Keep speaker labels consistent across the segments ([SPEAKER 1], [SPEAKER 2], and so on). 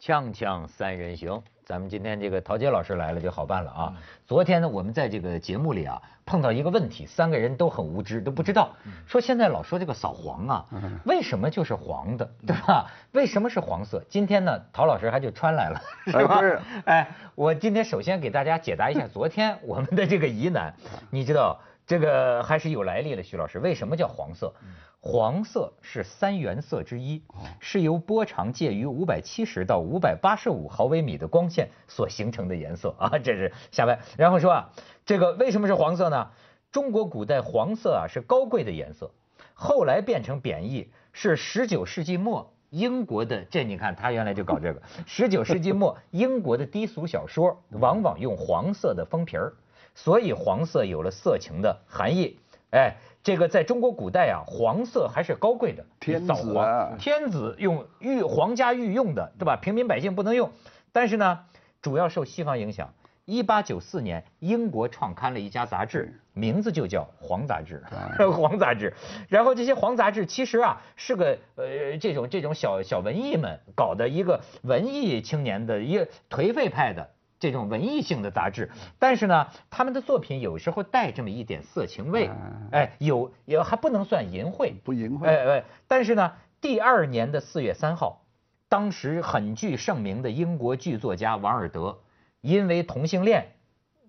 [SPEAKER 1] 锵锵三人行，咱们今天这个陶杰老师来了就好办了
[SPEAKER 2] 嗯
[SPEAKER 1] 啊。昨天呢，我们在这个节目里啊碰到一个问题，三个人都很无知，都不知道，
[SPEAKER 2] 嗯
[SPEAKER 1] 说现在老说这个扫黄啊，为什么就是黄的，
[SPEAKER 2] 嗯
[SPEAKER 1] 对吧？为什么是黄色？今天呢，陶老师还就穿来了，是吧
[SPEAKER 2] 不是？
[SPEAKER 1] 哎，我今天首先给大家解答一下昨天我们的这个疑难，
[SPEAKER 2] 嗯
[SPEAKER 1] 你知道这个还是有来历的，徐老师，为什么叫黄色？黄色是三原色之一，是由波长介于五百七十到五百八十五毫微米的光线所形成的颜色啊，这是瞎掰。然后说啊，这个为什么是黄色呢？中国古代黄色啊是高贵的颜色，后来变成贬义，是十九世纪末英国的这你看他原来就搞这个，十九世纪末英国的低俗小说往往用黄色的封皮儿，所以黄色有了色情的含义。哎，这个在中国古代啊，黄色还是高贵的，
[SPEAKER 2] 天
[SPEAKER 1] 扫
[SPEAKER 2] 子
[SPEAKER 1] 黄
[SPEAKER 2] 啊
[SPEAKER 1] 天子用御皇家御用的，对吧？平民百姓不能用。但是呢，主要受西方影响。一八九四年，英国创刊了一家杂志，名字就叫《黄杂志》 黄杂志。然后这些黄杂志其实啊是个呃这种这种小小文艺们搞的一个文艺青年的一个颓废派的这种文艺性的杂志，但是呢，他们的作品有时候带这么一点色情味，哎，有也还不能算淫秽，
[SPEAKER 2] 不淫秽。
[SPEAKER 1] 哎哎，但是呢，第二年的四月三号，当时很具盛名的英国剧作家王尔德，因为同性恋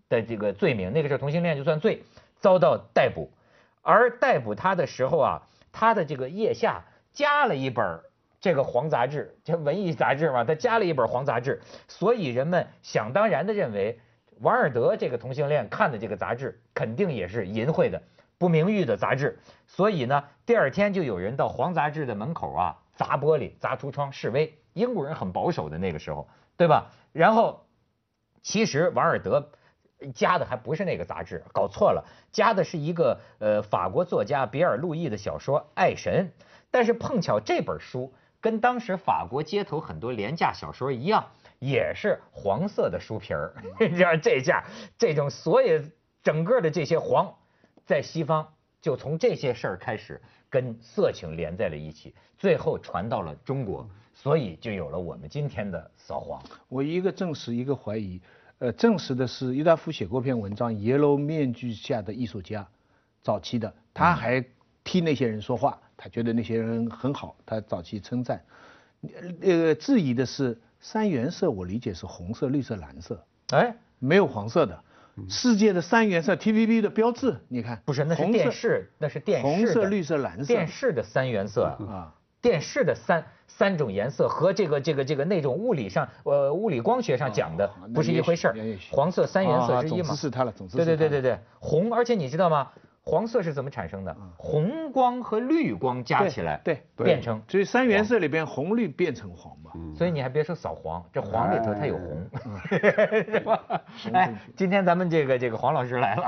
[SPEAKER 1] 的这个罪名，那个时候同性恋就算罪，遭到逮捕。而逮捕他的时候啊，他的这个腋下加了一本儿这个黄杂志，这文艺杂志嘛，他加了一本黄杂志，所以人们想当然的认为，王尔德这个同性恋看的这个杂志肯定也是淫秽的、不名誉的杂志，所以呢，第二天就有人到黄杂志的门口啊砸玻璃、砸橱窗示威。英国人很保守的那个时候，对吧？然后，其实王尔德呃加的还不是那个杂志，搞错了，加的是一个呃法国作家比尔·路易的小说《爱神》，但是碰巧这本书跟当时法国街头很多廉价小说一样，也是黄色的书皮儿， 你知道这下这种所有整个的这些黄，在西方就从这些事儿开始跟色情连在了一起，最后传到了中国，
[SPEAKER 2] 嗯
[SPEAKER 1] 所以就有了我们今天的扫黄。
[SPEAKER 2] 我一个证实，一个怀疑。呃，证实的是，郁达夫写过篇文章《耶楼面具下的艺术家》，早期的，
[SPEAKER 1] 嗯
[SPEAKER 2] 他还替那些人说话，他觉得那些人很好，他早期称赞。呃，质疑的是三原色，我理解是红色、绿色、蓝色，
[SPEAKER 1] 哎，
[SPEAKER 2] 没有黄色的。世界的三原色 TVB 的标志，你看，
[SPEAKER 1] 嗯不是，那是
[SPEAKER 2] 红色
[SPEAKER 1] 电视，那是电视的
[SPEAKER 2] 红色、绿色、蓝色，
[SPEAKER 1] 电视的三原色
[SPEAKER 2] 啊，
[SPEAKER 1] 电视的三三种颜色和这个这个这个那种物理上呃物理光学上讲的
[SPEAKER 2] 啊
[SPEAKER 1] 不是一回事儿
[SPEAKER 2] 那也许也。许
[SPEAKER 1] 黄色三原色
[SPEAKER 2] 啊
[SPEAKER 1] 之一嘛，
[SPEAKER 2] 总之是它了总之
[SPEAKER 1] 对对
[SPEAKER 2] 是它
[SPEAKER 1] 对
[SPEAKER 2] 了
[SPEAKER 1] 对对，红，而且你知道吗？黄色是怎么产生的？红光和绿光加
[SPEAKER 2] 对
[SPEAKER 1] 起来，
[SPEAKER 2] 对对
[SPEAKER 1] 变成。嗯
[SPEAKER 2] 所以三原色里边红绿变成黄嘛。
[SPEAKER 1] 所以你还别说扫黄，这黄里
[SPEAKER 3] 哎
[SPEAKER 1] 头它有红，是
[SPEAKER 3] 嗯
[SPEAKER 1] 吧？哎，今天咱们这个这个黄老师来了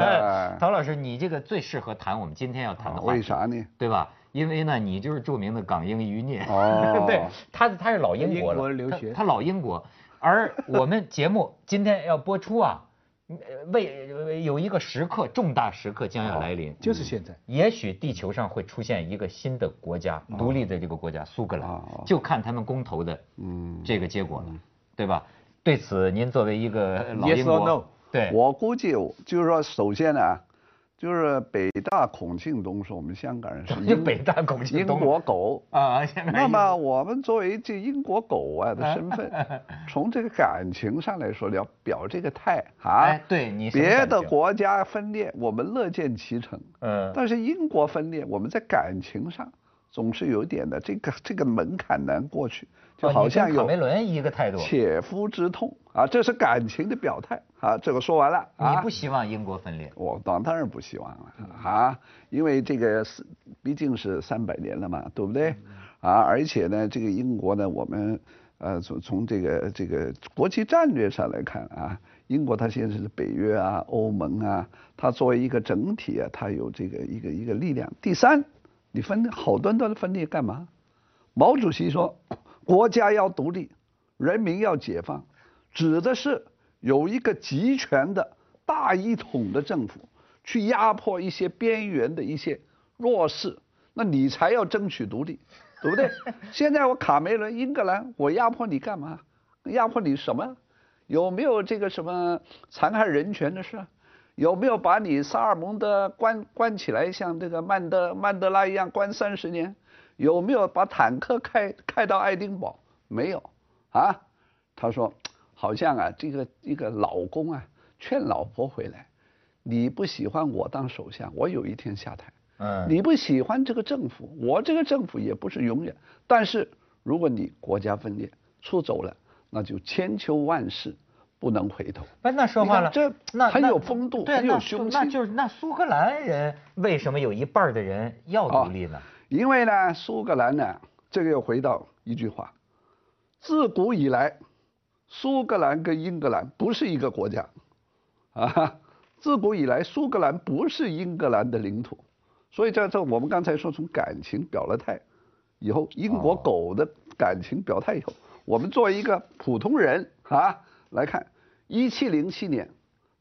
[SPEAKER 3] 哎， 啊
[SPEAKER 1] 陶老师，你这个最适合谈我们今天要谈的话
[SPEAKER 3] 为
[SPEAKER 1] 题，
[SPEAKER 3] 啥呢？
[SPEAKER 1] 对吧？因为呢，你就是著名的港英余孽，
[SPEAKER 3] 哦
[SPEAKER 1] 对，他他是老英国了，
[SPEAKER 2] 英国留学
[SPEAKER 1] 他他老英国，而我们节目今天要播出啊，呃为为有一个时刻重大时刻将要来临，
[SPEAKER 3] 哦
[SPEAKER 2] 就是现在。
[SPEAKER 1] 也许地球上会出现一个新的国家，独立的这个国家苏格兰
[SPEAKER 3] 哦哦，
[SPEAKER 1] 就看他们公投的
[SPEAKER 3] 嗯呃
[SPEAKER 1] 这个结果了，对吧？对此，您作为一个老
[SPEAKER 2] Yes
[SPEAKER 1] 英
[SPEAKER 2] or no？
[SPEAKER 1] 国，对，
[SPEAKER 3] 我估计我就是说，首先呢、就是北大孔庆东是我们香港人，是
[SPEAKER 1] 就
[SPEAKER 3] 英
[SPEAKER 1] 北大孔庆
[SPEAKER 3] 英
[SPEAKER 1] 东
[SPEAKER 3] 国狗。
[SPEAKER 1] 啊，现在
[SPEAKER 3] 那么我们作为这英国狗啊的身份，
[SPEAKER 1] 哎
[SPEAKER 3] 从这个感情上来说，要表这个态啊
[SPEAKER 1] 哎，，对你什么
[SPEAKER 3] 别
[SPEAKER 1] 感
[SPEAKER 3] 的
[SPEAKER 1] 觉，
[SPEAKER 3] 国家分裂，我们乐见其成。
[SPEAKER 1] 嗯，
[SPEAKER 3] 但是英国分裂，我们在感情上总是有点的这个这个门槛难过去，就
[SPEAKER 1] 哦
[SPEAKER 3] 好
[SPEAKER 1] 你跟
[SPEAKER 3] 像有
[SPEAKER 1] 卡梅伦一个态度，你
[SPEAKER 3] 切肤之痛啊，这是感情的表态啊。这个说完了啊，
[SPEAKER 1] 不希望英国分裂，
[SPEAKER 3] 我当当然不希望了啊，因为这个是毕竟是三百年了嘛，对不对？啊，而且呢，这个英国呢，我们呃从从这个这个国际战略上来看啊，英国它现在是北约啊、欧盟啊，它作为一个整体啊，它有这个一个一个力量。第三，你分好端端的分裂干嘛？毛主席说， 国家要独立，人民要解放，指的是有一个集权的大一统的政府去压迫一些边缘的一些弱势，那你才要争取独立。对不对？现在我卡梅伦、英格兰，我压迫你干嘛？压迫你什么？有没有这个什么残害人权的事？啊有没有把你萨尔蒙德关关起来，像这个曼德曼德拉一样关三十年？有没有把坦克开开到爱丁堡？没有啊。他说，好像啊，这个一个老公啊，劝老婆回来，你不喜欢我当首相，我有一天下台。
[SPEAKER 1] 嗯，
[SPEAKER 3] 你不喜欢这个政府，我这个政府也不是永远。但是如果你国家分裂出走了，那就千秋万世不能回头。
[SPEAKER 1] 那哎那说话了，
[SPEAKER 3] 你看这
[SPEAKER 1] 那
[SPEAKER 3] 很
[SPEAKER 1] 那
[SPEAKER 3] 有风度
[SPEAKER 1] 对，
[SPEAKER 3] 很有
[SPEAKER 1] 那
[SPEAKER 3] 胸
[SPEAKER 1] 那
[SPEAKER 3] 襟
[SPEAKER 1] 就是那苏格兰人为什么有一半儿的人要独立呢？
[SPEAKER 3] 因为呢，苏格兰呢，这个又回到一句话：自古以来，苏格兰跟英格兰不是一个国家，啊，自古以来苏格兰不是英格兰的领土，所以这这我们刚才说从感情表了态以后，英国
[SPEAKER 1] 哦
[SPEAKER 3] 狗的感情表态以后，我们作为一个普通人啊来看，一七零七年，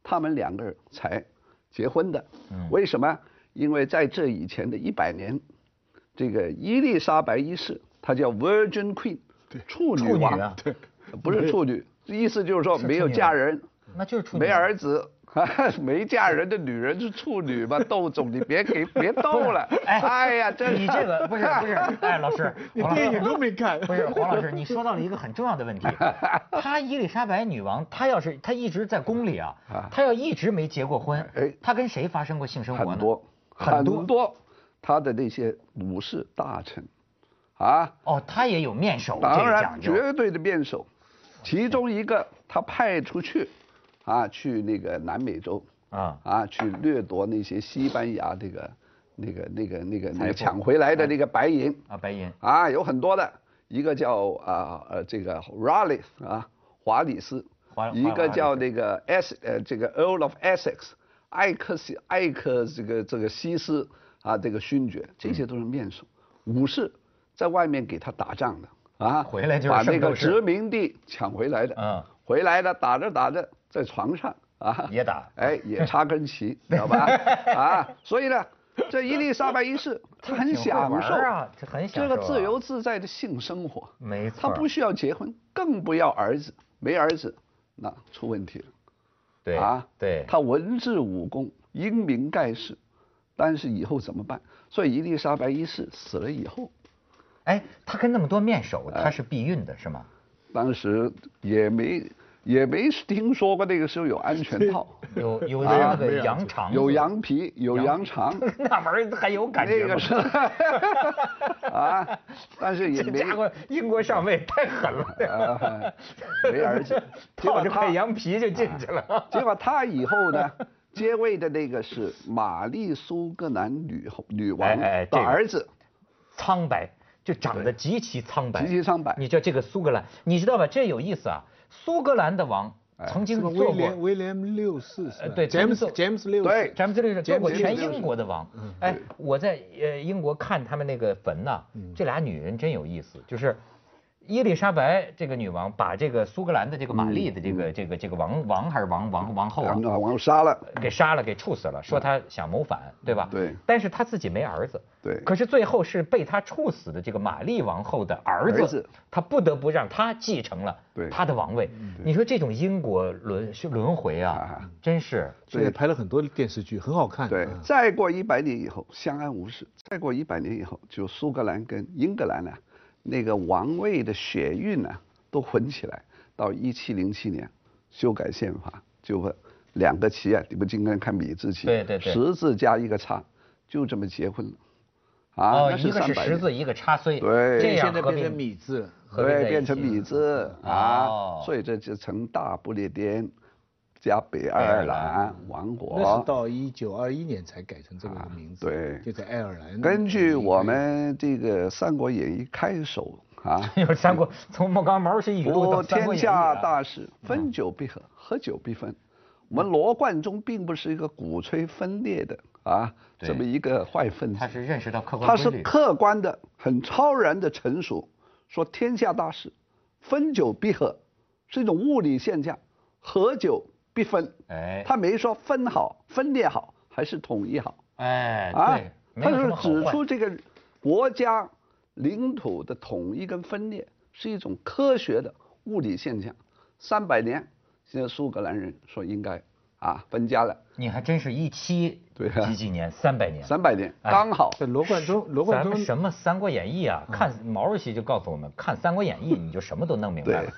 [SPEAKER 3] 他们两个人才结婚的，
[SPEAKER 1] 嗯
[SPEAKER 3] 为什么？因为在这以前的一百年，这个伊丽莎白一世，她叫 Virgin Queen，处
[SPEAKER 1] 处
[SPEAKER 3] 女
[SPEAKER 1] 女
[SPEAKER 3] 王，
[SPEAKER 1] 啊，
[SPEAKER 3] 不是处女，意思就是说
[SPEAKER 1] 是
[SPEAKER 3] 没
[SPEAKER 1] 处
[SPEAKER 3] 有
[SPEAKER 1] 女
[SPEAKER 3] 嫁
[SPEAKER 1] 吗
[SPEAKER 3] 人，
[SPEAKER 1] 那就是处女啊
[SPEAKER 3] 没
[SPEAKER 1] 王
[SPEAKER 3] 儿子。没嫁人的女人是处女嘛？窦总，你别给别逗了。
[SPEAKER 1] 哎
[SPEAKER 3] 哎呀，这
[SPEAKER 1] 你这个不是不是，哎，老 师，
[SPEAKER 2] 你
[SPEAKER 1] 黄老
[SPEAKER 2] 电
[SPEAKER 1] 师
[SPEAKER 2] 影都没看，
[SPEAKER 1] 不是黄老师，你说到了一个很重要的问 题。她伊丽莎白女王，她要是她一直在宫里啊
[SPEAKER 3] 啊，
[SPEAKER 1] 她要一直没结过婚
[SPEAKER 3] 哎，
[SPEAKER 1] 她跟谁发生过性生活呢？
[SPEAKER 3] 很多
[SPEAKER 1] 很多
[SPEAKER 3] 多，他的那些武士大臣，啊，
[SPEAKER 1] 哦，她也有面首这
[SPEAKER 3] 当
[SPEAKER 1] 个
[SPEAKER 3] 然
[SPEAKER 1] 讲究。
[SPEAKER 3] 绝对的辩手，其中一个他派出去，啊，去那个南美洲，
[SPEAKER 1] 啊，
[SPEAKER 3] 啊，去掠夺那些西班牙这个、那个、那个、那个、
[SPEAKER 1] 财
[SPEAKER 3] 那
[SPEAKER 1] 富
[SPEAKER 3] 个抢回来的那个白银
[SPEAKER 1] 啊，白银，
[SPEAKER 3] 啊，有很多的，一个叫啊呃这个 Raleigh 啊华里斯
[SPEAKER 1] 华，
[SPEAKER 3] 一
[SPEAKER 1] 华华
[SPEAKER 3] 个
[SPEAKER 1] 里
[SPEAKER 3] 叫
[SPEAKER 1] 斯
[SPEAKER 3] 那个 S 呃这个 Earl of Essex 艾克西艾克这个这个西斯啊这个勋爵，这
[SPEAKER 1] 嗯
[SPEAKER 3] 些都是面首，武士在外面给他打仗的啊，
[SPEAKER 1] 回来就是
[SPEAKER 3] 把那
[SPEAKER 1] 圣斗
[SPEAKER 3] 个
[SPEAKER 1] 士
[SPEAKER 3] 殖民地抢回来的，
[SPEAKER 1] 嗯，
[SPEAKER 3] 回来了打着打着在床上啊
[SPEAKER 1] 也打
[SPEAKER 3] 哎，也插 根旗，知道吧？啊，所以呢，这伊丽莎白一世她很
[SPEAKER 1] 挺会
[SPEAKER 3] 享
[SPEAKER 1] 玩
[SPEAKER 3] 受
[SPEAKER 1] 儿啊这很享
[SPEAKER 3] 这个
[SPEAKER 1] 受啊
[SPEAKER 3] 自由自在的性生活，
[SPEAKER 1] 没错
[SPEAKER 3] 她
[SPEAKER 1] 儿。
[SPEAKER 3] 不需要结婚，更不要儿子，没儿子那出问题了。
[SPEAKER 1] 对
[SPEAKER 3] 啊，
[SPEAKER 1] 对，
[SPEAKER 3] 她文治武功，英明盖世，但是以后怎么办？所以伊丽莎白一世死了以后，
[SPEAKER 1] 哎，她跟那么多面首，
[SPEAKER 3] 哎
[SPEAKER 1] 她是避孕的是吗？
[SPEAKER 3] 当时也没也没听说过那个时候有安全套，
[SPEAKER 1] 有 有
[SPEAKER 3] 啊
[SPEAKER 1] 那个羊肠子，
[SPEAKER 3] 有羊皮，有羊肠。
[SPEAKER 1] 那玩意儿还有 感觉
[SPEAKER 3] 那
[SPEAKER 1] 吗
[SPEAKER 3] 个？是啊，但是也
[SPEAKER 1] 这
[SPEAKER 3] 没
[SPEAKER 1] 家伙英国上尉太狠
[SPEAKER 3] 啊
[SPEAKER 1] 了，
[SPEAKER 3] 没儿 子结
[SPEAKER 1] 套
[SPEAKER 3] 果
[SPEAKER 1] 着
[SPEAKER 3] 他
[SPEAKER 1] 块羊皮就进去了。
[SPEAKER 3] 结果他以后呢，接位的那个是玛丽苏格兰女后女王
[SPEAKER 1] 哎哎
[SPEAKER 3] 的
[SPEAKER 1] 这个
[SPEAKER 3] 儿子，
[SPEAKER 1] 苍白，就长得极其苍白，
[SPEAKER 3] 极其苍白
[SPEAKER 1] 你知道这个苏格兰，你知道吧？这有意思啊，苏格兰的王曾
[SPEAKER 2] 什
[SPEAKER 1] 经
[SPEAKER 2] 么
[SPEAKER 1] 做
[SPEAKER 2] 威
[SPEAKER 1] 过。
[SPEAKER 2] 廉威廉六世是吧
[SPEAKER 1] 呃对
[SPEAKER 2] ，James
[SPEAKER 1] James-
[SPEAKER 2] James 六世，
[SPEAKER 3] 对
[SPEAKER 1] 詹姆斯六世做过
[SPEAKER 2] James
[SPEAKER 1] 全
[SPEAKER 2] 六世
[SPEAKER 1] 英国的王。哎，我在呃英国看他们那个坟呐、这俩女人真有意思，就是伊丽莎白这个女王把这个苏格兰的这个玛丽的这个、这个这个王王还是王王王后啊
[SPEAKER 3] 王，王后杀了，
[SPEAKER 1] 给杀了，给处死了，说她想谋反，对吧？
[SPEAKER 3] 对
[SPEAKER 1] 但是她自己没儿子。
[SPEAKER 3] 对
[SPEAKER 1] 可是最后是被她处死的这个玛丽王后的儿
[SPEAKER 3] 儿
[SPEAKER 1] 子
[SPEAKER 3] 子，
[SPEAKER 1] 她不得不让他继承了
[SPEAKER 3] 对
[SPEAKER 1] 她的王位。你说这种因果轮轮回啊
[SPEAKER 3] 啊，
[SPEAKER 1] 真是。
[SPEAKER 2] 现在拍了很多电视剧，很好看。
[SPEAKER 3] 对
[SPEAKER 1] 啊
[SPEAKER 2] 嗯，
[SPEAKER 3] 再过一百年以后相安无事，再过一百年以后就苏格兰跟英格兰呢、那个王位的血运呢、都混起来，到一七零七年修改宪法，就问两个旗啊，你们今天看米字旗，
[SPEAKER 1] 对对对
[SPEAKER 3] 十字加一个叉，就这么结婚了，啊，
[SPEAKER 1] 哦，
[SPEAKER 3] 那
[SPEAKER 1] 一个是
[SPEAKER 3] 300
[SPEAKER 1] 十字，
[SPEAKER 3] 年，
[SPEAKER 1] 一个叉虽，
[SPEAKER 3] 对
[SPEAKER 1] 这样
[SPEAKER 2] 现在
[SPEAKER 1] 合
[SPEAKER 2] 变
[SPEAKER 1] 并
[SPEAKER 2] 成米字了。
[SPEAKER 1] 合并在一
[SPEAKER 3] 对，
[SPEAKER 1] 起
[SPEAKER 3] 变成米字啊，
[SPEAKER 1] 哦
[SPEAKER 3] 所以这就成大不列颠加北爱
[SPEAKER 1] 爱尔
[SPEAKER 3] 尔兰王国，
[SPEAKER 2] 那是到一九二一年才改成这么个名字，
[SPEAKER 3] 啊对
[SPEAKER 2] 就在爱尔兰。
[SPEAKER 3] 嗯根据我
[SPEAKER 1] 嗯
[SPEAKER 3] 们这个《三国演义》开首啊，
[SPEAKER 1] 有三国，从莫刚毛是一路到
[SPEAKER 3] 夫
[SPEAKER 1] 三国
[SPEAKER 3] 哦天
[SPEAKER 1] 演义
[SPEAKER 3] 下
[SPEAKER 1] 啊嗯
[SPEAKER 3] 大事，分久必合，合久必分。我们罗贯中并不是一个鼓吹分裂的啊，
[SPEAKER 1] 对
[SPEAKER 3] 这么一个坏分子
[SPEAKER 1] 他，是认识到客
[SPEAKER 3] 他
[SPEAKER 1] 观
[SPEAKER 3] 是
[SPEAKER 1] 规律，
[SPEAKER 3] 客观的、很超然的陈述，说天下大事，分久必合，是一种物理现象，合久必分。
[SPEAKER 1] 哎
[SPEAKER 3] 他没说分好、分裂好还是统一好。
[SPEAKER 1] 哎，
[SPEAKER 3] 啊
[SPEAKER 1] 对，，没
[SPEAKER 3] 他
[SPEAKER 1] 有什
[SPEAKER 3] 是
[SPEAKER 1] 么好
[SPEAKER 3] 指
[SPEAKER 1] 坏
[SPEAKER 3] 出这个国家领土的统一跟分裂是一种科学的物理现象。三百年，现在苏格兰人说应该啊分家了，
[SPEAKER 1] 你还真是一七
[SPEAKER 3] 对啊
[SPEAKER 1] 几几年，三百年。
[SPEAKER 3] 三百年
[SPEAKER 1] 哎
[SPEAKER 3] 刚好。
[SPEAKER 2] 这罗贯中，罗贯
[SPEAKER 1] 咱们
[SPEAKER 2] 中
[SPEAKER 1] 什么《三国演义》啊？看毛主席就告诉我们，看《三国演义》你就什么都弄明白了。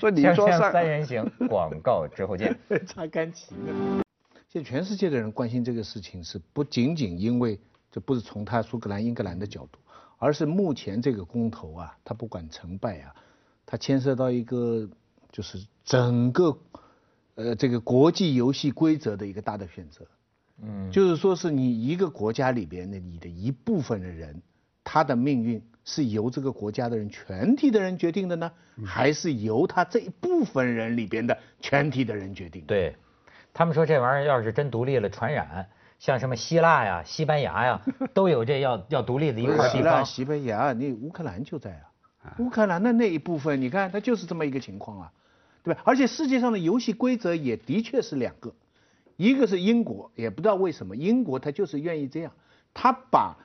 [SPEAKER 3] 所以你
[SPEAKER 1] 锵
[SPEAKER 3] 说
[SPEAKER 1] 锵
[SPEAKER 3] 三
[SPEAKER 1] 三人行，广告之后见。
[SPEAKER 2] 擦干净了。现在全世界的人关心这个事情，是不仅仅因为这不是从他苏格兰、英格兰的角度，而是目前这个公投啊，它不管成败啊，它牵涉到一个就是整个呃这个国际游戏规则的一个大的选择。
[SPEAKER 1] 嗯，
[SPEAKER 2] 就是说是你一个国家里边的你的一部分的人，他的命运是由这个国家的人全体的人决定的呢，还是由他这一部分人里边的全体的人决定的？
[SPEAKER 1] 对，他们说这玩意儿要是真独立了，传染，像什么希腊呀、西班牙呀，都有这要要独立的一块
[SPEAKER 2] 希
[SPEAKER 1] 地
[SPEAKER 2] 腊、
[SPEAKER 1] 方。
[SPEAKER 2] 西班牙，你乌克兰就在啊，乌克兰的那一部分，你看它就是这么一个情况啊，对吧？而且世界上的游戏规则也的确是两个，一个是英国，也不知道为什么英国它就是愿意这样，它把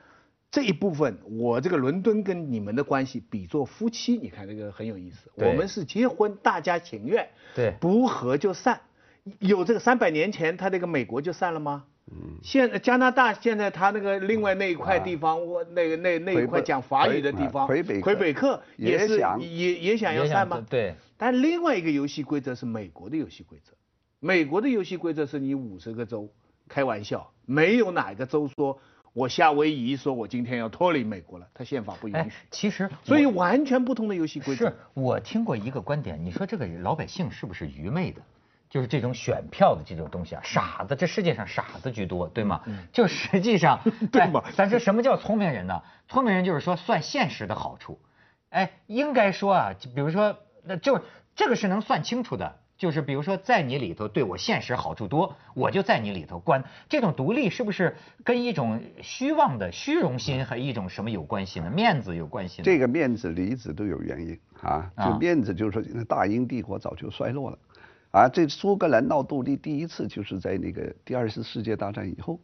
[SPEAKER 2] 这一部分我这个伦敦跟你们的关系比作夫妻，你看这个很有意思，
[SPEAKER 1] 对
[SPEAKER 2] 我们是结婚，大家情愿，
[SPEAKER 1] 对
[SPEAKER 2] 不和就散。有这个三百年前，他这个美国就散了吗？嗯，现加拿大现在他那个另外那一块地方，我那个那那一
[SPEAKER 3] 魁
[SPEAKER 2] 块
[SPEAKER 3] 北
[SPEAKER 2] 讲法
[SPEAKER 3] 嗯魁
[SPEAKER 2] 语的地
[SPEAKER 3] 啊
[SPEAKER 2] 方，
[SPEAKER 3] 魁北克
[SPEAKER 2] 魁北克
[SPEAKER 3] 也
[SPEAKER 2] 也是
[SPEAKER 3] 想
[SPEAKER 2] 也也想要
[SPEAKER 1] 也
[SPEAKER 2] 散吗？
[SPEAKER 1] 对，
[SPEAKER 2] 但另外一个游戏规则是美国的游戏规则，美国的游戏规则是你五十个州，开玩笑，没有哪个州说我夏威夷说我今天要脱离美国了，他宪法不允
[SPEAKER 1] 哎
[SPEAKER 2] 许，，
[SPEAKER 1] 其实
[SPEAKER 2] 所
[SPEAKER 1] 我
[SPEAKER 2] 以完全不同的游戏规则
[SPEAKER 1] 是。我听过一个观点，你说这个老百姓是不是愚昧的？就是这种选票的这种东西啊，傻子，这世界上傻子居多，对吗？就实际上，
[SPEAKER 2] 对
[SPEAKER 1] 哎
[SPEAKER 2] 嘛
[SPEAKER 1] 咱说什么叫聪明人呢？聪明人就是说算现实的好处，哎，应该说啊，就比如说，那就这个是能算清楚的，就是比如说在你里头对我现实好处多，我就在你里头关。这种独立是不是跟一种虚妄的虚荣心和一种什么有关系呢？面子有关系呢？
[SPEAKER 3] 这个面子、里子都有原因啊。
[SPEAKER 1] 啊
[SPEAKER 3] 就面子，就是说现在大英帝国早就衰落了，啊，这苏格兰闹独立第一次就是在那个第二次世界大战以后，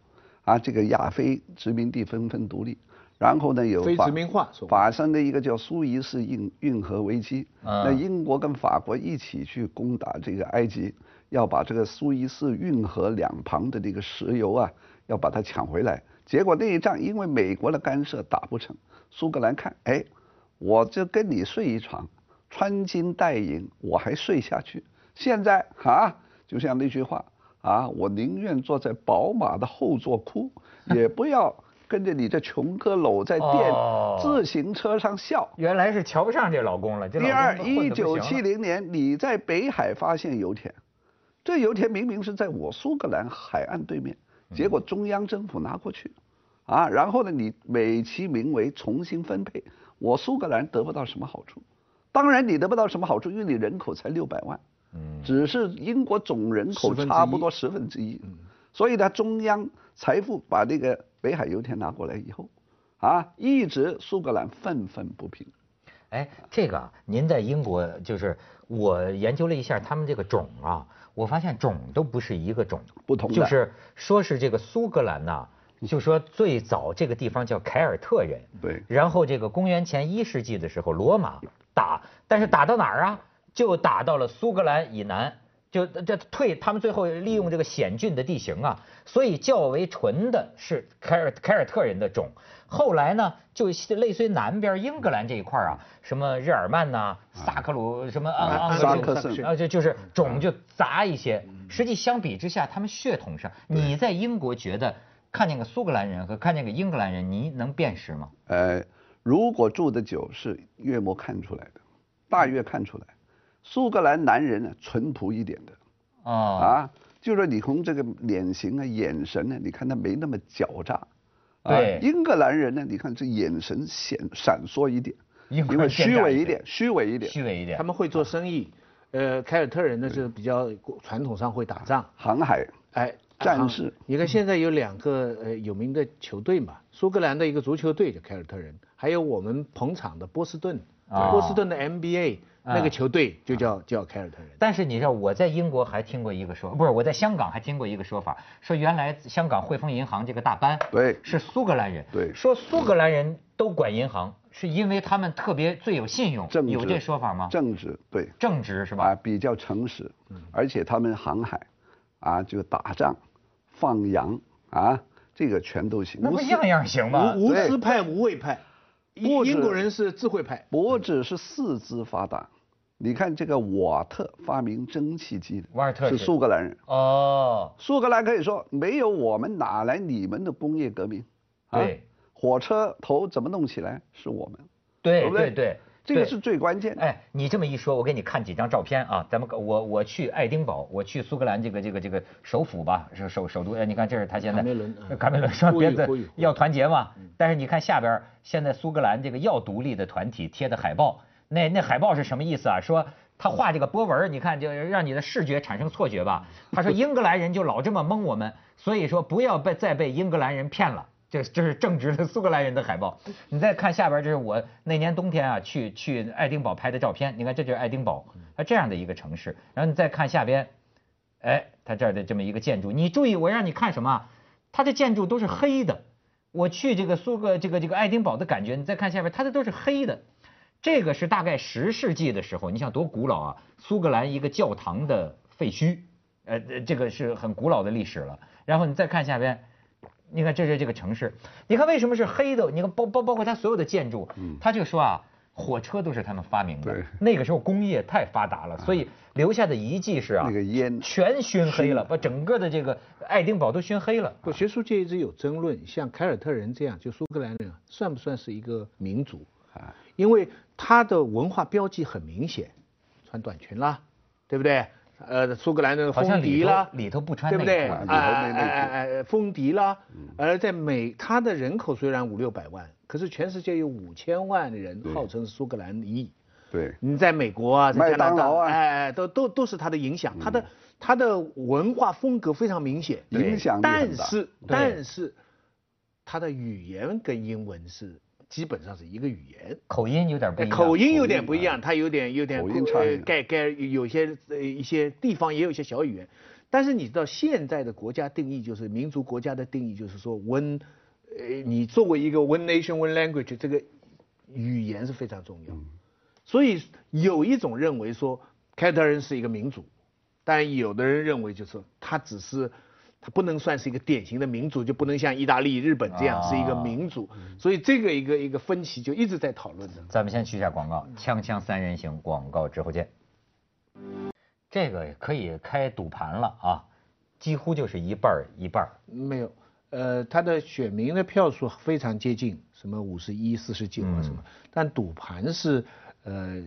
[SPEAKER 3] 啊，这个亚非殖民地纷纷独立，然后呢有
[SPEAKER 2] 非
[SPEAKER 3] 法
[SPEAKER 2] 殖民化所谓
[SPEAKER 3] 发生的一个叫苏伊士运运河危机，
[SPEAKER 1] 啊
[SPEAKER 3] 那英国跟法国一起去攻打这个埃及，要把这个苏伊士运河两旁的这个石油啊，要把它抢回来。结果那一仗因为美国的干涉打不成，苏格兰看，哎，我就跟你睡一床，穿金戴银，我还睡下去。现在啊， 就像那句话啊，我宁愿坐在宝马的后座哭，也不要跟着你这穷哥搂在电、
[SPEAKER 1] 哦
[SPEAKER 3] 自行车上笑。
[SPEAKER 1] 原来是瞧不上这老公了。这
[SPEAKER 3] 第二，一
[SPEAKER 1] 一
[SPEAKER 3] 九七零年，你在北海发现油田，这油田明明是在我苏格兰海岸对面，
[SPEAKER 1] 嗯
[SPEAKER 3] 结果中央政府拿过去，啊，然后呢，你美其名为重新分配，我苏格兰得不到什么好处，当然你得不到什么好处，因为你人口才六百万，
[SPEAKER 1] 嗯
[SPEAKER 3] 只是英国总人口
[SPEAKER 2] 10
[SPEAKER 3] 差不多十分之一，
[SPEAKER 1] 嗯
[SPEAKER 3] 所以呢，中央财富把那个北海油田拿过来以后，啊，一直苏格兰愤愤不平。
[SPEAKER 1] 哎，这个啊，您在英国就是我研究了一下他们这个种啊，我发现种都不是一个种，
[SPEAKER 3] 不同的
[SPEAKER 1] 就是说是这个苏格兰呐、就说最早这个地方叫凯尔特人，
[SPEAKER 3] 对
[SPEAKER 1] 然后这个公元前一世纪的时候，罗马打，但是打到哪儿啊？就打到了苏格兰以南，就这退，他们最后利用这个险峻的地形啊，所以较为纯的是凯尔凯尔特人的种。后来呢，就类似于南边英格兰这一块儿啊，什么日耳曼呐、萨克鲁什么
[SPEAKER 3] 啊
[SPEAKER 1] 昂
[SPEAKER 3] 萨
[SPEAKER 1] 格鲁
[SPEAKER 3] 克
[SPEAKER 1] 萨
[SPEAKER 3] 森嗯
[SPEAKER 1] 啊，就就是种就杂一些。实际相比之下，他们血统上，你在英国觉得看见个苏格兰人和看见个英格兰人，你能辨识吗？
[SPEAKER 3] 呃，如果住得久是月末看出来的，大约看出来。苏格兰男人呢，淳朴一点的
[SPEAKER 1] 啊，
[SPEAKER 3] 啊，就是说你从这个脸型啊、眼神呢，你看他没那么狡诈。啊
[SPEAKER 1] 对，
[SPEAKER 3] 英格兰人呢，你看这眼神显闪烁一点，
[SPEAKER 1] 英格
[SPEAKER 3] 因
[SPEAKER 1] 兰
[SPEAKER 3] 为
[SPEAKER 1] 奸
[SPEAKER 3] 虚
[SPEAKER 1] 诈
[SPEAKER 3] 伪
[SPEAKER 1] 一
[SPEAKER 3] 一
[SPEAKER 1] 点
[SPEAKER 3] 点，虚伪一点，
[SPEAKER 1] 虚伪一点
[SPEAKER 2] 他。们会做生意，呃，凯尔特人呢就是比较传统上会打仗，
[SPEAKER 3] 航海
[SPEAKER 2] 哎，
[SPEAKER 3] 战士
[SPEAKER 2] 啊你看现在有两个呃有名的球队嘛，苏格兰的一个足球队就凯尔特人，还有我们捧场的波士顿，
[SPEAKER 1] 啊
[SPEAKER 2] 波士顿的 NBA 那
[SPEAKER 1] 啊
[SPEAKER 2] 个球队就叫叫凯尔特人。
[SPEAKER 1] 但是你知道，我在英国还听过一个说，不是我在香港还听过一个说法，说原来香港汇丰银行这个大班，
[SPEAKER 3] 对
[SPEAKER 1] 是苏格兰人，
[SPEAKER 3] 对
[SPEAKER 1] 说苏格兰人都管银行，是因为他们特别最有信用，
[SPEAKER 3] 政治
[SPEAKER 1] 有这说法吗？
[SPEAKER 3] 政治对，
[SPEAKER 1] 正直啊是吧？嗯
[SPEAKER 3] 啊，比较诚实，而且他们航海啊，就打仗、放羊啊，这个全都行。
[SPEAKER 1] 那不
[SPEAKER 3] 无私
[SPEAKER 1] 样样行吗？
[SPEAKER 2] 无无
[SPEAKER 3] 对
[SPEAKER 2] 私派、无畏派，英
[SPEAKER 3] 不止
[SPEAKER 2] 英国人是智慧派。
[SPEAKER 3] 不只是四肢发达，你看这个瓦特发明蒸汽机的，
[SPEAKER 1] 瓦尔特
[SPEAKER 3] 是苏格兰人。
[SPEAKER 1] 哦，
[SPEAKER 3] 苏格兰可以说没有我们哪来你们的工业革命？啊
[SPEAKER 1] 对，
[SPEAKER 3] 火车头怎么弄起来是我们，
[SPEAKER 1] 对
[SPEAKER 3] 对不
[SPEAKER 1] 对
[SPEAKER 3] 对
[SPEAKER 1] 对，
[SPEAKER 3] 这个
[SPEAKER 1] 对
[SPEAKER 3] 是最关键的。
[SPEAKER 1] 哎，你这么一说，我给你看几张照片啊。咱们我我去爱丁堡，我去苏格兰这个这个这个首府吧，首首首都。哎，你看这是他现在呃
[SPEAKER 2] 卡梅伦嗯
[SPEAKER 1] 卡梅伦说
[SPEAKER 2] 呼吁
[SPEAKER 1] 别的
[SPEAKER 2] 呼吁嗯呼吁
[SPEAKER 1] 要团结嘛。但是你看下边儿，现在苏格兰这个要独立的团体贴的海报，那那海报是什么意思啊？说他画这个波纹儿，你看就让你的视觉产生错觉 吧。他说英格兰人就老这么蒙我们，所以说不要被再被英格兰人骗了。这这是正直的苏格兰人的海报。你再看下边，这是我那年冬天啊去去爱丁堡拍的照片。你看这就是爱丁堡，
[SPEAKER 2] 嗯
[SPEAKER 1] 它这样的一个城市。然后你再看下边，哎，它这儿的这么一个建筑，你注意我让你看什么啊？它的建筑都是黑的。我去这个苏格这个这个爱丁堡的感觉，你再看下边，它的都是黑的。这个是大概十世纪的时候，你想多古老啊！苏格兰一个教堂的废墟，呃，呃这个是很古老的历史了。然后你再看下边，你看这是这个城市，你看为什么是黑的？你看包包包括它所有的建筑，他就说啊，火车都是他们发明的
[SPEAKER 3] 嗯对，啊
[SPEAKER 1] 那个时候工业太发达了，所以留下的遗迹是啊，
[SPEAKER 3] 那个烟
[SPEAKER 1] 全熏黑了，把整个的这个爱丁堡都熏黑了。
[SPEAKER 2] 不，学术界一直有争论，像凯尔特人这样，就苏格兰人啊，算不算是一个民族？
[SPEAKER 3] 啊，
[SPEAKER 2] 因为他的文化标记很明显，穿短裙啦，对不对？呃，苏格兰的
[SPEAKER 1] 好像
[SPEAKER 2] 风
[SPEAKER 1] 里
[SPEAKER 2] 笛
[SPEAKER 1] 头
[SPEAKER 2] 啦，
[SPEAKER 1] 里头不嗯穿
[SPEAKER 2] 对不
[SPEAKER 1] 内
[SPEAKER 2] 对？
[SPEAKER 1] 裤
[SPEAKER 2] 哎
[SPEAKER 3] 里头
[SPEAKER 2] 哎
[SPEAKER 3] 没内裤
[SPEAKER 2] 哎哎哎，风笛啦，而在美，它的人口虽然五六百万，可是全世界有五千万人
[SPEAKER 3] 对
[SPEAKER 2] 号称苏格兰裔。
[SPEAKER 3] 对，
[SPEAKER 2] 你在美国啊，在加
[SPEAKER 3] 麦
[SPEAKER 2] 拿
[SPEAKER 3] 当
[SPEAKER 2] 大
[SPEAKER 3] 劳啊
[SPEAKER 2] 哎哎，都都都是他的影响，他的他的文化风格非常明显，
[SPEAKER 3] 对影响力
[SPEAKER 2] 但
[SPEAKER 3] 很大
[SPEAKER 2] 是但是，他的语言跟英文是基本上是一个语言，
[SPEAKER 1] 口音有点不一
[SPEAKER 3] 哎
[SPEAKER 1] 样。
[SPEAKER 2] 口音有点不一样，它有点有点
[SPEAKER 3] 口音差
[SPEAKER 2] 呃
[SPEAKER 3] 异，
[SPEAKER 2] 盖盖有些呃一些地方也有一些小语言，但是你知道现在的国家定义就是民族国家的定义就是说 one，呃，你作为一个 one nation one language 这个语言是非常重要，所以有一种认为说凯尔特人是一个民族，但有的人认为就是他只是。他不能算是一个典型的民族，就不能像意大利、日本这样是一个
[SPEAKER 1] 啊
[SPEAKER 2] 民族，所以这个一个一个分歧就一直在讨论的。
[SPEAKER 1] 咱们先去一下广告，锵锵三人行广告之后见。这个可以开赌盘了啊，几乎就是一半儿一半儿。
[SPEAKER 2] 没有，呃，他的选民的票数非常接近，什么五十一、四十九
[SPEAKER 1] 嗯
[SPEAKER 2] 啊什么，但赌盘是，呃，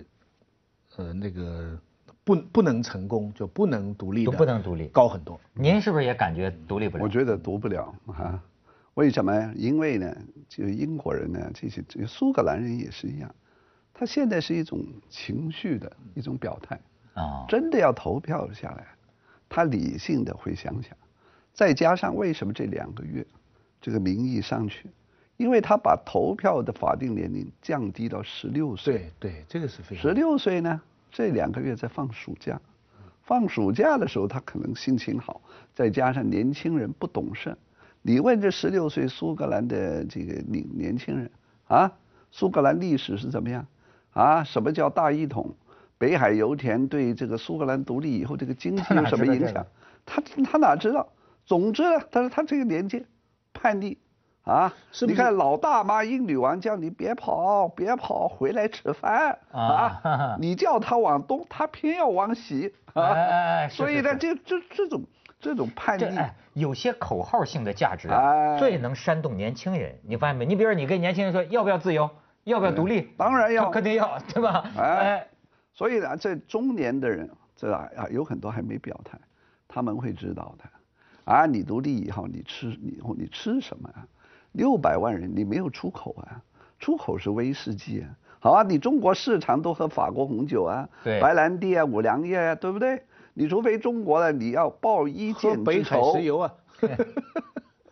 [SPEAKER 2] 呃那个不不能成功，就不能独立
[SPEAKER 1] 就
[SPEAKER 2] 的，
[SPEAKER 1] 不能独立
[SPEAKER 2] 高很多。
[SPEAKER 1] 您是不是也感觉独立不了？
[SPEAKER 3] 我觉得读不了啊。为什么呀？因为呢，这个英国人呢，这些这个苏格兰人也是一样，他现在是一种情绪的一种表态。
[SPEAKER 1] 啊，
[SPEAKER 3] 真的要投票下来，他理性的会想想，再加上为什么这两个月这个民意上去，因为他把投票的法定年龄降低到十六岁，
[SPEAKER 2] 对对，这个是非常。
[SPEAKER 3] 十六岁呢这两个月在放暑假，放暑假的时候他可能心情好，再加上年轻人不懂事，你问这十六岁苏格兰的这个年年轻人啊，苏格兰历史是怎么样啊？什么叫大一统？北海油田对这个苏格兰独立以后这个经济有什么影响？他他哪知道？总之呢，他说他这个年纪叛逆啊！
[SPEAKER 2] 是不是
[SPEAKER 3] 你看老大妈英女王叫你别跑，别跑，回来吃饭
[SPEAKER 1] 啊
[SPEAKER 3] 啊！ 你叫他往东，他偏要往西啊！
[SPEAKER 1] 哎哎哎是
[SPEAKER 3] 所以呢，这这这种这种叛
[SPEAKER 1] 这
[SPEAKER 3] 逆，
[SPEAKER 1] 哎，有些口号性的价值啊
[SPEAKER 3] 哎
[SPEAKER 1] 最能煽动年轻人，你发现没？你比如说，你跟年轻人说要不要自由，要不要独立，
[SPEAKER 3] 嗯当然要
[SPEAKER 1] 他肯定要，对吧？
[SPEAKER 3] 哎，所以呢，这中年的人，这啊啊有很多还没表态，他们会知道的。啊，你独立以后，你吃你以后你吃什么啊？六百万人，你没有出口啊，出口是威士忌啊。好啊，你中国市场都喝法国红酒啊，
[SPEAKER 1] 对
[SPEAKER 3] 白兰地啊，五粮液啊，对不对？你除非中国的，你要报一
[SPEAKER 2] 喝
[SPEAKER 3] 箭
[SPEAKER 2] 北
[SPEAKER 3] 之
[SPEAKER 2] 海
[SPEAKER 3] 仇
[SPEAKER 2] 石，油啊，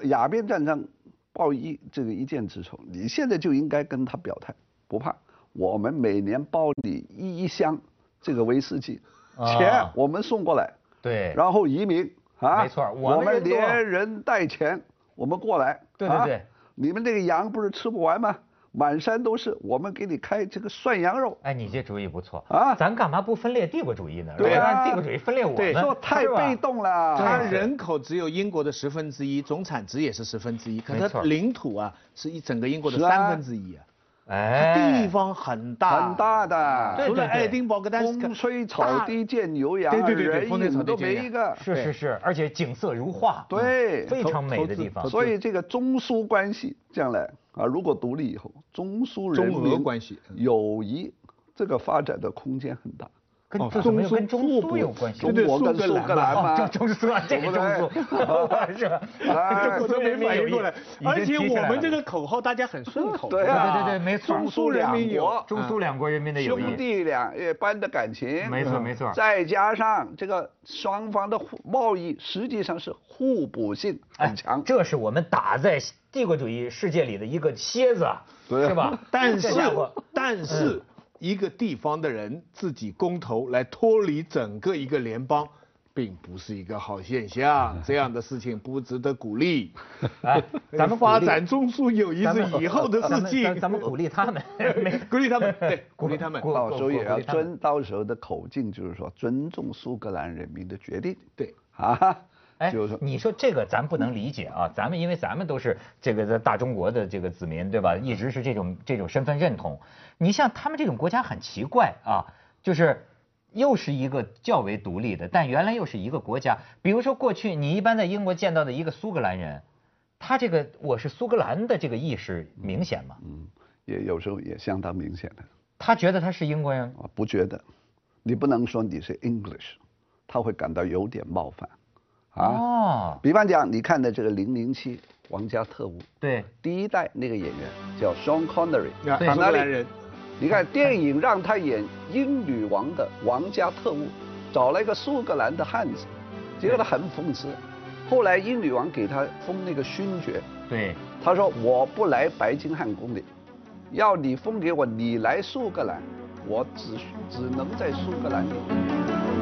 [SPEAKER 3] 鸦片战争报一这个一箭之仇，你现在就应该跟他表态，不怕，我们每年包你一箱这个威士忌，
[SPEAKER 1] 啊
[SPEAKER 3] 钱我们送过来，
[SPEAKER 1] 对，
[SPEAKER 3] 然后移民啊，
[SPEAKER 1] 没错儿我
[SPEAKER 3] 我
[SPEAKER 1] 们人多
[SPEAKER 3] 连人带钱，我们过来，
[SPEAKER 1] 对对对
[SPEAKER 3] 啊，你们这个羊不是吃不完吗？满山都是，我们给你开这个涮羊肉。
[SPEAKER 1] 哎，你这主意不错
[SPEAKER 3] 啊
[SPEAKER 1] 咱干嘛不分裂帝国主义呢？
[SPEAKER 3] 对
[SPEAKER 1] 如果
[SPEAKER 3] 啊
[SPEAKER 1] 按帝国主义分裂我们，
[SPEAKER 2] 对
[SPEAKER 3] 说太
[SPEAKER 1] 是吧
[SPEAKER 3] 被动了，
[SPEAKER 2] 它人口只有英国的十分之一，总产值也是十分之一，可
[SPEAKER 1] 没
[SPEAKER 2] 它
[SPEAKER 1] 错
[SPEAKER 2] 领土啊是一整个英国的
[SPEAKER 3] 是啊
[SPEAKER 2] 三分之一啊，
[SPEAKER 1] 哎，
[SPEAKER 2] 地方很大
[SPEAKER 3] 很大的
[SPEAKER 1] 对
[SPEAKER 2] 除了
[SPEAKER 1] 对对
[SPEAKER 2] 爱丁堡跟丹斯克
[SPEAKER 3] 风吹草低见牛羊，
[SPEAKER 2] 对对对对
[SPEAKER 3] 人
[SPEAKER 2] 风吹草
[SPEAKER 3] 影
[SPEAKER 2] 低
[SPEAKER 3] 都
[SPEAKER 2] 见
[SPEAKER 3] 没
[SPEAKER 2] 羊
[SPEAKER 3] 一个。
[SPEAKER 1] 是是是，而且景色如画，
[SPEAKER 3] 对
[SPEAKER 1] 嗯非常美的地方
[SPEAKER 2] 投。
[SPEAKER 3] 所以这个中苏关系将来啊，如果独立以后，中苏人
[SPEAKER 2] 中俄
[SPEAKER 3] 民
[SPEAKER 2] 关系嗯
[SPEAKER 3] 友谊这个发展的空间很大。
[SPEAKER 1] 跟
[SPEAKER 2] 哦
[SPEAKER 1] 这怎么又
[SPEAKER 2] 中苏
[SPEAKER 1] 跟中
[SPEAKER 2] 互
[SPEAKER 1] 苏
[SPEAKER 2] 补
[SPEAKER 1] 有关系？
[SPEAKER 3] 中
[SPEAKER 2] 对
[SPEAKER 3] 国
[SPEAKER 2] 苏
[SPEAKER 3] 跟
[SPEAKER 2] 格
[SPEAKER 3] 苏
[SPEAKER 2] 兰
[SPEAKER 3] 格
[SPEAKER 2] 嘛
[SPEAKER 3] 兰
[SPEAKER 1] 哦，
[SPEAKER 3] 嘛
[SPEAKER 1] 这，中苏啊，这个
[SPEAKER 3] 对不
[SPEAKER 1] 中
[SPEAKER 3] 对
[SPEAKER 1] 苏 是吧？
[SPEAKER 3] 哎
[SPEAKER 1] 中
[SPEAKER 2] 我
[SPEAKER 1] 苏
[SPEAKER 2] 都
[SPEAKER 1] 人
[SPEAKER 2] 没
[SPEAKER 1] 民
[SPEAKER 2] 反
[SPEAKER 1] 友
[SPEAKER 2] 应
[SPEAKER 1] 谊
[SPEAKER 2] 过来，
[SPEAKER 1] 已经
[SPEAKER 2] 而且
[SPEAKER 1] 提起
[SPEAKER 2] 我
[SPEAKER 1] 来
[SPEAKER 2] 们
[SPEAKER 1] 了
[SPEAKER 2] 这个口号大家很顺口，
[SPEAKER 3] 对
[SPEAKER 1] 对
[SPEAKER 3] 啊
[SPEAKER 1] 对对，没错，
[SPEAKER 2] 中苏人民
[SPEAKER 3] 两
[SPEAKER 2] 有啊
[SPEAKER 3] 国
[SPEAKER 1] 中苏两国人民的友谊
[SPEAKER 3] 兄，弟俩也般的感情，嗯
[SPEAKER 1] 没错没错
[SPEAKER 3] 再加上这个双方的互贸易实际上是互补性很强。
[SPEAKER 1] 哎这是我们打在帝国主义世界里的一个楔子啊，
[SPEAKER 3] 对
[SPEAKER 1] 是吧？
[SPEAKER 2] 但
[SPEAKER 1] 这
[SPEAKER 2] 是
[SPEAKER 1] 家伙，嗯
[SPEAKER 2] 但是一个地方的人自己公投来脱离整个一个联邦，并不是一个好现
[SPEAKER 1] 嗯
[SPEAKER 2] 象，这样的事情不值得鼓励。呃
[SPEAKER 1] 哎，咱们鼓
[SPEAKER 2] 发
[SPEAKER 1] 励
[SPEAKER 2] 展中苏友谊
[SPEAKER 1] 咱
[SPEAKER 2] 是
[SPEAKER 1] 们呃
[SPEAKER 2] 以后的
[SPEAKER 1] 咱
[SPEAKER 2] 事
[SPEAKER 1] 们
[SPEAKER 2] 情，
[SPEAKER 1] 咱咱们鼓励他 们，没
[SPEAKER 2] 鼓励他们，对，鼓励他们，
[SPEAKER 1] 鼓
[SPEAKER 3] 到时候也要
[SPEAKER 1] 鼓励他们
[SPEAKER 3] 尊，到时候的口径就是说尊重苏格兰人民的决定。
[SPEAKER 2] 对，
[SPEAKER 3] 啊，
[SPEAKER 1] 哎
[SPEAKER 3] 就是说，
[SPEAKER 1] 你说这个咱不能理解啊，咱们因为咱们都是这个在大中国的这个子民，对吧？一直是这种这种身份认同。你像他们这种国家很奇怪啊，就是又是一个较为独立的，但原来又是一个国家。比如说过去你一般在英国见到的一个苏格兰人，他这个我是苏格兰的这个意识明显吗？
[SPEAKER 3] 嗯，也有时候也相当明显的。
[SPEAKER 1] 他觉得他是英国人，
[SPEAKER 3] 我啊不觉得，你不能说你是 English，他会感到有点冒犯啊。
[SPEAKER 1] 哦，
[SPEAKER 3] 比方讲，你看的这个《零零七》《皇家特务》，
[SPEAKER 1] 对，
[SPEAKER 3] 第一代那个演员叫 Sean Connery，
[SPEAKER 2] 啊
[SPEAKER 1] 对
[SPEAKER 2] 苏格
[SPEAKER 3] 里
[SPEAKER 2] 兰人，
[SPEAKER 3] 你看电影让他演英女王的王家特务，找了一个苏格兰的汉子，结果他很讽刺。后来英女王给他封那个勋爵，
[SPEAKER 1] 对，
[SPEAKER 3] 他说我不来白金汉宫里，要你封给我，你来苏格兰，我只只能在苏格兰里。